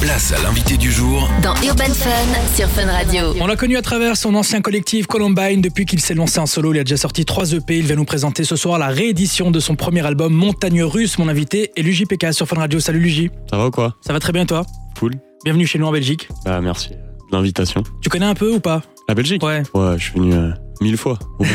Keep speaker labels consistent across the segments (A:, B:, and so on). A: Place à l'invité du jour
B: Dans Urban Fun sur Fun Radio.
C: On l'a connu à travers son ancien collectif Columbine. Depuis qu'il s'est lancé en solo, il a déjà sorti 3 EP. Il va nous présenter ce soir la réédition de son premier album Montagne Russe. Mon invité est Luigi PK sur Fun Radio. Salut Luigi.
D: Ça va ou quoi
C: Ça va très bien toi
D: Cool.
C: Bienvenue chez nous en Belgique.
D: Bah merci de l'invitation.
C: Tu connais un peu ou pas
D: La Belgique
C: Ouais.
D: Ouais, je suis venu euh, mille fois. au moins.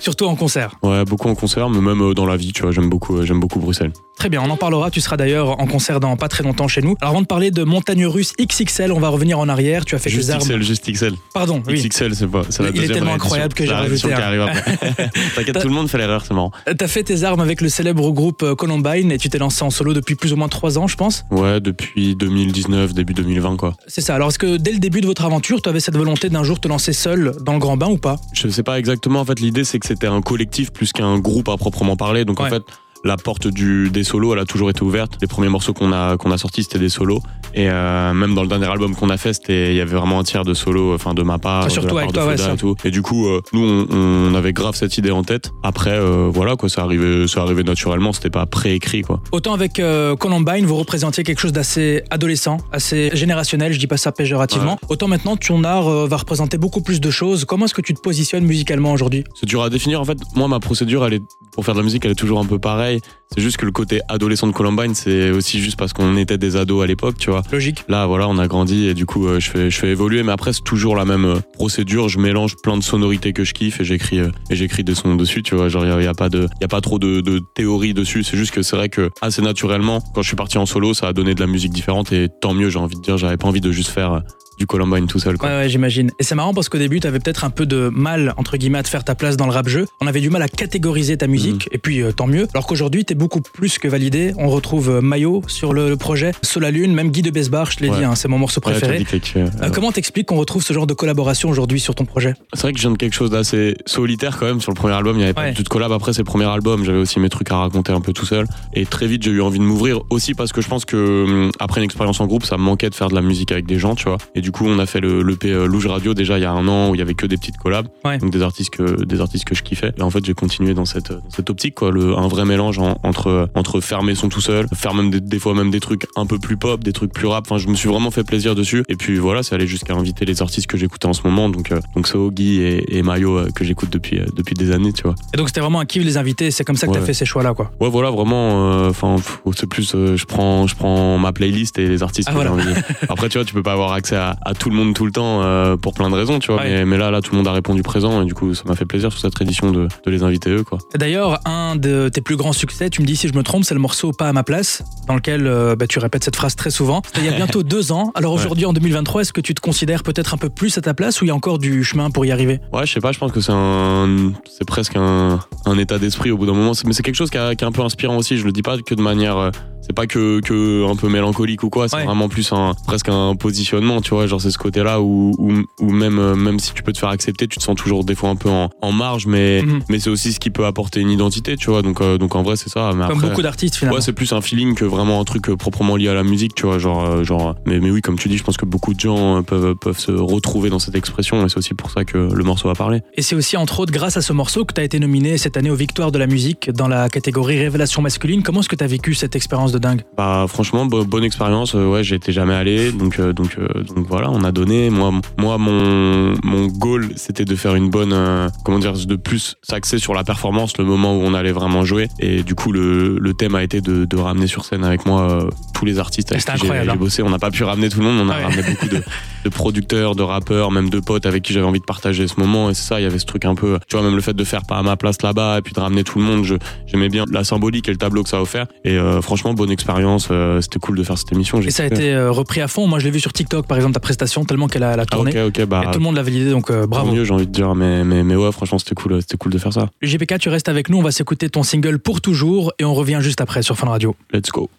C: Surtout en concert.
D: ouais, beaucoup en concert, mais même euh, dans la vie, tu vois, j'aime beaucoup, euh, j'aime beaucoup Bruxelles.
C: Très bien, on en parlera. Tu seras d'ailleurs en concert dans pas très longtemps chez nous. Alors avant de parler de Montagne Russe XXL, on va revenir en arrière. Tu as fait
D: Juste
C: deux armes.
D: XL, juste XL.
C: Pardon, oui.
D: XXL, c'est pas. C'est la
C: Il est
D: deuxième
C: tellement
D: réédition.
C: incroyable que
D: C'est la
C: j'ai
D: réédition
C: rajouté
D: qui arrive après. T'inquiète,
C: T'as-
D: tout le monde fait l'erreur, c'est marrant.
C: Euh, T'as fait tes armes avec le célèbre groupe euh, Columbine et tu t'es lancé en solo depuis plus ou moins 3 ans, je pense.
D: Ouais, depuis 2019, début 2020, quoi.
C: C'est ça. Alors, est-ce que dès le début de votre aventure, tu avais cette volonté d'un jour te lancer seul dans le grand bain ou pas
D: Je sais pas exactement. En fait, l'idée, c'est que c'était un collectif plus qu'un groupe à proprement parler. Donc,
C: Ouais.
D: en fait, la porte du, des solos, elle a toujours été ouverte. Les premiers morceaux qu'on a, qu'on a sortis, c'était des solos. Et euh, même dans le dernier album qu'on a fait, c'était- il y avait vraiment un tiers de solos, euh, enfin, de ma part,
C: Ah, surtout
D: de la
C: avec
D: part
C: toi, ouais,
D: de Foda
C: ça.
D: et tout. Et du coup, euh, nous, on, on avait grave cette idée en tête. Après, euh, voilà, quoi, ça arrivait, ça arrivait naturellement. C'était pas préécrit, quoi.
C: Autant avec euh, Columbine, vous représentiez quelque chose d'assez adolescent, assez générationnel, je dis pas ça péjorativement. Autant maintenant, ton art euh, va représenter beaucoup plus de choses. Comment est-ce que tu te positionnes musicalement aujourd'hui
D: C'est dur à définir. En fait, moi, ma procédure, elle est, pour faire de la musique, elle est toujours un peu pareille. C'est juste que le côté adolescent de Columbine, c'est aussi juste parce qu'on était des ados à l'époque, tu vois.
C: Logique.
D: Là, voilà, on a grandi et du coup, euh, je, fais, je fais évoluer, mais après, c'est toujours la même euh, procédure. Je mélange plein de sonorités que je kiffe et j'écris euh, et j'écris des sons dessus, tu vois. Genre, il n'y a, pas de- y a pas trop de, de théorie dessus. C'est juste que c'est vrai que assez naturellement, quand je suis parti en solo, ça a donné de la musique différente et tant mieux, j'ai envie de dire. J'avais pas envie de juste faire euh, du Columbine tout seul, quoi.
C: Ouais, ouais, j'imagine. Et c'est marrant parce qu'au début, t'avais peut-être un peu de mal, entre guillemets, à te faire ta place dans le rap-jeu. On avait du mal à catégoriser ta musique,
D: Mhm.
C: et puis euh, tant mieux. Alors qu'aujourd'hui, t'es beaucoup plus que validé. On retrouve euh, Mayo sur le, le projet, Sola Lune, même Guy de Besbar, je l'ai
D: Ouais.
C: dit, hein, c'est mon morceau
D: Ouais, t'as
C: préféré.
D: dit quelque- euh,
C: Euh, comment t'expliques qu'on retrouve ce genre de collaboration aujourd'hui sur ton projet
D: C'est vrai que je viens de quelque chose d'assez solitaire quand même sur le premier album. Il y avait pas
C: Ouais.
D: du tout de collab. Après, c'est le premier album. J'avais aussi mes trucs à raconter un peu tout seul. Et très vite, j'ai eu envie de m'ouvrir aussi parce que je pense que hum, après une expérience en groupe, ça me manquait de faire de la musique avec des gens, tu vois. Et du coup, on a fait le, le P euh, Louge Radio déjà il y a un an où il y avait que des petites collabs.
C: Ouais.
D: Donc des artistes que, des artistes que je kiffais. Et en fait, j'ai continué dans cette, dans cette optique, quoi. Le, un vrai mélange en- entre, entre faire mes sons tout seul, faire même des, des fois même des trucs un peu plus pop, des trucs plus rap. Enfin, je me suis vraiment fait plaisir dessus. Et puis voilà, c'est allé jusqu'à inviter les artistes que j'écoutais en ce moment. Donc, euh, donc Soho, Guy et, et Mayo euh, que j'écoute depuis, euh, depuis des années, tu vois.
C: Et donc c'était vraiment un kiff les invités, c'est comme ça que t'as
D: Ouais.
C: fait ces choix-là quoi.
D: Ouais, voilà, vraiment. euh, Enfin, pff, c'est plus, euh, je prends, je prends ma playlist et les artistes
C: Ah,
D: que
C: voilà.
D: j'ai envie. Après, tu vois, tu peux pas avoir accès à, à tout le monde tout le temps euh, pour plein de raisons, tu vois.
C: Ouais.
D: Mais, mais là, là, tout le monde a répondu présent et du coup, ça m'a fait plaisir sur cette édition de, de les inviter eux, quoi.
C: Et D'ailleurs, un de tes plus grands succès, tu me dis si je me trompe, c'est le morceau Pas à ma place, dans lequel euh, bah, tu répètes cette phrase très souvent. C'était il y a bientôt deux ans. Alors aujourd'hui, en 2023, est-ce que tu te considères peut-être un peu plus à ta place ou il y a encore du chemin pour y arriver
D: Ouais, je sais pas, je pense que c'est un, c'est presque un, un état d'esprit au bout d'un moment. C'est- Mais c'est quelque chose qui, a- qui est un peu inspirant aussi. Je le dis pas que de manière, euh, c'est pas que, que un peu mélancolique ou quoi. C'est
C: Ouais.
D: vraiment plus un, presque un positionnement, tu vois. Genre, c'est ce côté-là où, où, où même, euh, même si tu peux te faire accepter, tu te sens toujours des fois un peu en, en marge, mais,
C: Mhm.
D: mais c'est aussi ce qui peut apporter une identité, tu vois. Donc, euh, donc en vrai, c'est ça. Mais
C: Comme
D: après-
C: beaucoup d'artistes finalement.
D: Ouais, c'est plus un feeling que vraiment un truc euh, proprement lié à la musique, tu vois. Genre, euh, genre, mais, mais oui, comme tu dis, je pense que beaucoup de gens euh, peuvent, peuvent se retrouver dans cette expression et c'est aussi pour ça que le morceau a parlé.
C: Et c'est aussi entre autres grâce à ce morceau que tu as été nominé cette année aux Victoires de la musique dans la catégorie Révélation masculine. Comment est-ce que tu as vécu cette expérience de dingue
D: Bah, franchement, bo- bonne expérience. Euh, Ouais, j'étais jamais allé. Donc, euh, donc, euh, donc voilà, on a donné. Moi, m- moi mon, mon goal, c'était de faire une bonne. euh, comment dire De plus s'axer sur la performance, le moment où on allait vraiment jouer. Et du coup, le, le thème a été de, de ramener sur scène avec moi euh, tous les artistes avec
C: C'était
D: qui j'ai-
C: incroyable, hein.
D: j'ai bossé. On n'a pas pu ramener tout le monde. On a
C: Ah ouais.
D: ramené beaucoup de, de producteurs, de rappeurs, même de potes avec qui j'avais envie de partager ce moment. Et c'est ça, il y avait ce truc un peu. Tu vois, même le fait de faire pas à ma place là-bas et puis de ramener tout le monde. Je, j'aimais bien la symbolique et le tableau que ça a offert. Et euh, franchement, bonne expérience. euh, c'était cool de faire cette émission. j'ai
C: Et ça a
D: kiffé.
C: été euh, repris à fond. Moi, je l'ai vu sur TikTok par exemple, ta prestation, tellement qu'elle a, elle a
D: Ah,
C: tourné.
D: ok, ok, bah.
C: Et tout le monde l'a validé, donc euh,
D: tant
C: bravo.
D: mieux, j'ai envie de dire, mais, mais, mais ouais, franchement, c'était cool, c'était cool de faire ça.
C: GPK, tu restes avec nous, on va s'écouter ton single pour toujours et on revient juste après sur Fun Radio.
D: Let's go.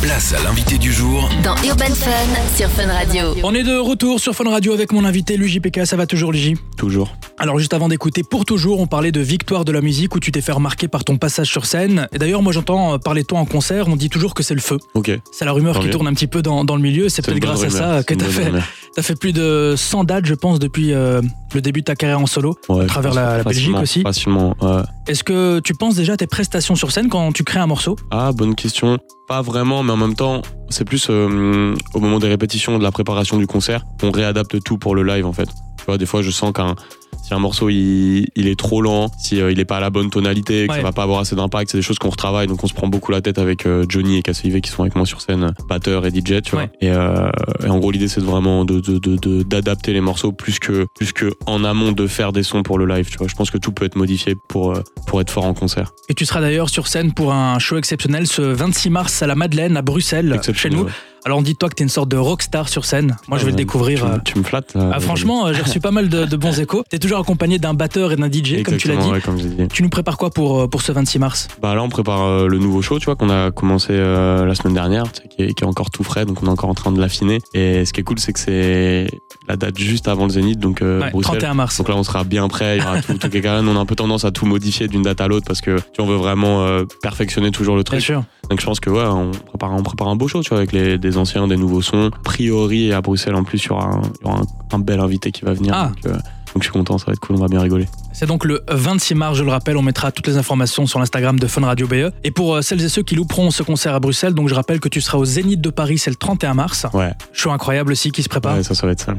A: Place à l'invité du jour
B: Dans Urban Fun sur Fun Radio.
C: On est de retour sur Fun Radio avec mon invité Luigi PK, ça va toujours Luigi
D: Toujours.
C: Alors juste avant d'écouter pour toujours, on parlait de Victoire de la musique où tu t'es fait remarquer par ton passage sur scène. Et d'ailleurs moi j'entends euh, parler de toi en concert, on dit toujours que c'est le feu.
D: Ok. C'est
C: C'est la rumeur
D: Tant
C: qui
D: mieux.
C: tourne un petit peu dans, dans le milieu, c'est
D: Ah une
C: peut-être
D: bonne
C: grâce à
D: rumeur,
C: ça
D: c'est
C: que
D: une
C: t'as
D: bonne
C: fait,
D: rumeur.
C: t'as fait plus de 100 dates je pense depuis, euh, le début de ta carrière en solo
D: Ouais,
C: à travers
D: facilement-
C: la, la Belgique
D: facilement,
C: aussi.
D: Facilement, ouais.
C: Est-ce que tu penses déjà à tes prestations sur scène quand tu crées un morceau
D: Ah, bonne question. Pas vraiment, mais en même temps, c'est plus euh, au moment des répétitions, de la préparation du concert, on réadapte tout pour le live en fait. Tu vois, des fois, je sens qu'un si un morceau il, il est trop lent, si euh, il est pas à la bonne tonalité, que
C: Ouais.
D: ça va pas avoir assez d'impact, c'est des choses qu'on retravaille, donc on se prend beaucoup la tête avec euh, Johnny et Cassivé qui sont avec moi sur scène, batteur et DJ, tu vois.
C: Ouais.
D: Et, euh, et en gros, l'idée c'est de vraiment de- de- de- de- d'adapter les morceaux plus que plus que en amont de faire des sons pour le live, tu vois. Je pense que tout peut être modifié pour euh, pour être fort en concert.
C: Et tu seras d'ailleurs sur scène pour un show exceptionnel ce 26 mars à la Madeleine à Bruxelles, chez
D: Exceptionnel.
C: nous. Alors dis-toi que t'es une sorte de rockstar sur scène. Moi je vais le
D: Euh,
C: découvrir.
D: Tu,
C: euh,
D: me- tu me flattes. là.
C: Ah, franchement, euh, j'ai reçu pas mal de, de bons échos. T'es toujours accompagné d'un batteur et d'un DJ, comme tu l'as
D: Exactement,
C: dit.
D: ouais, comme j'ai dit.
C: Tu nous prépares quoi pour, euh, pour ce 26 mars
D: Bah là, on prépare euh, le nouveau show, tu vois, qu'on a commencé euh, la semaine dernière, tu sais, qui est, qui est encore tout frais, donc on est encore en train de l'affiner. Et ce qui est cool, c'est que c'est la date juste avant le Zénith, donc euh,
C: Ouais,
D: Bruxelles.
C: 31 mars.
D: Donc là, on sera bien prêt. Il y aura tout, tout qui est carré. Nous, On a un peu tendance à tout modifier d'une date à l'autre parce que tu vois, on veut vraiment euh, perfectionner toujours le
C: Bien
D: truc.
C: sûr.
D: Donc je pense que ouais, on prépare, on prépare un beau show, tu vois, avec les, des anciens, des nouveaux sons. A priori, à Bruxelles, en plus, il y aura un, il y aura un- un bel invité qui va venir.
C: Ah.
D: Donc, euh, donc je suis content, ça va être cool, on va bien rigoler.
C: C'est donc le 26 mars, je le rappelle, on mettra toutes les informations sur l'Instagram de Fun Radio BE. Et pour euh, celles et ceux qui louperont ce concert à Bruxelles, donc je rappelle que tu seras au Zénith de Paris, c'est le 31 mars.
D: Ouais.
C: Show incroyable aussi qui se prépare.
D: Ouais, ça, ça va être ça.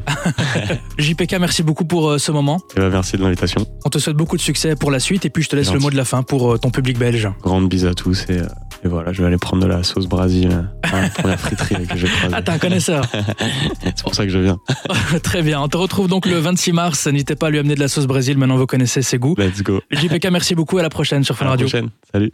C: JPK, merci beaucoup pour euh, ce moment.
D: Eh ben, merci de l'invitation.
C: On te souhaite beaucoup de succès pour la suite et puis je te laisse le
D: Gentil.
C: mot de la fin pour euh, ton public belge.
D: Grande bise à tous et, euh, et voilà, je vais aller prendre de la sauce Brésil hein, pour la friterie là, que je croise.
C: Ah, t'es un connaisseur.
D: C'est pour ça que je viens.
C: Très bien. On te retrouve donc le 26 mars. N'hésitez pas à lui amener de la sauce Brésil. Maintenant, vous connaissez ses goûts.
D: Let's go.
C: JPK, merci beaucoup. À la prochaine sur Fun
D: À la
C: Radio.
D: prochaine. Salut.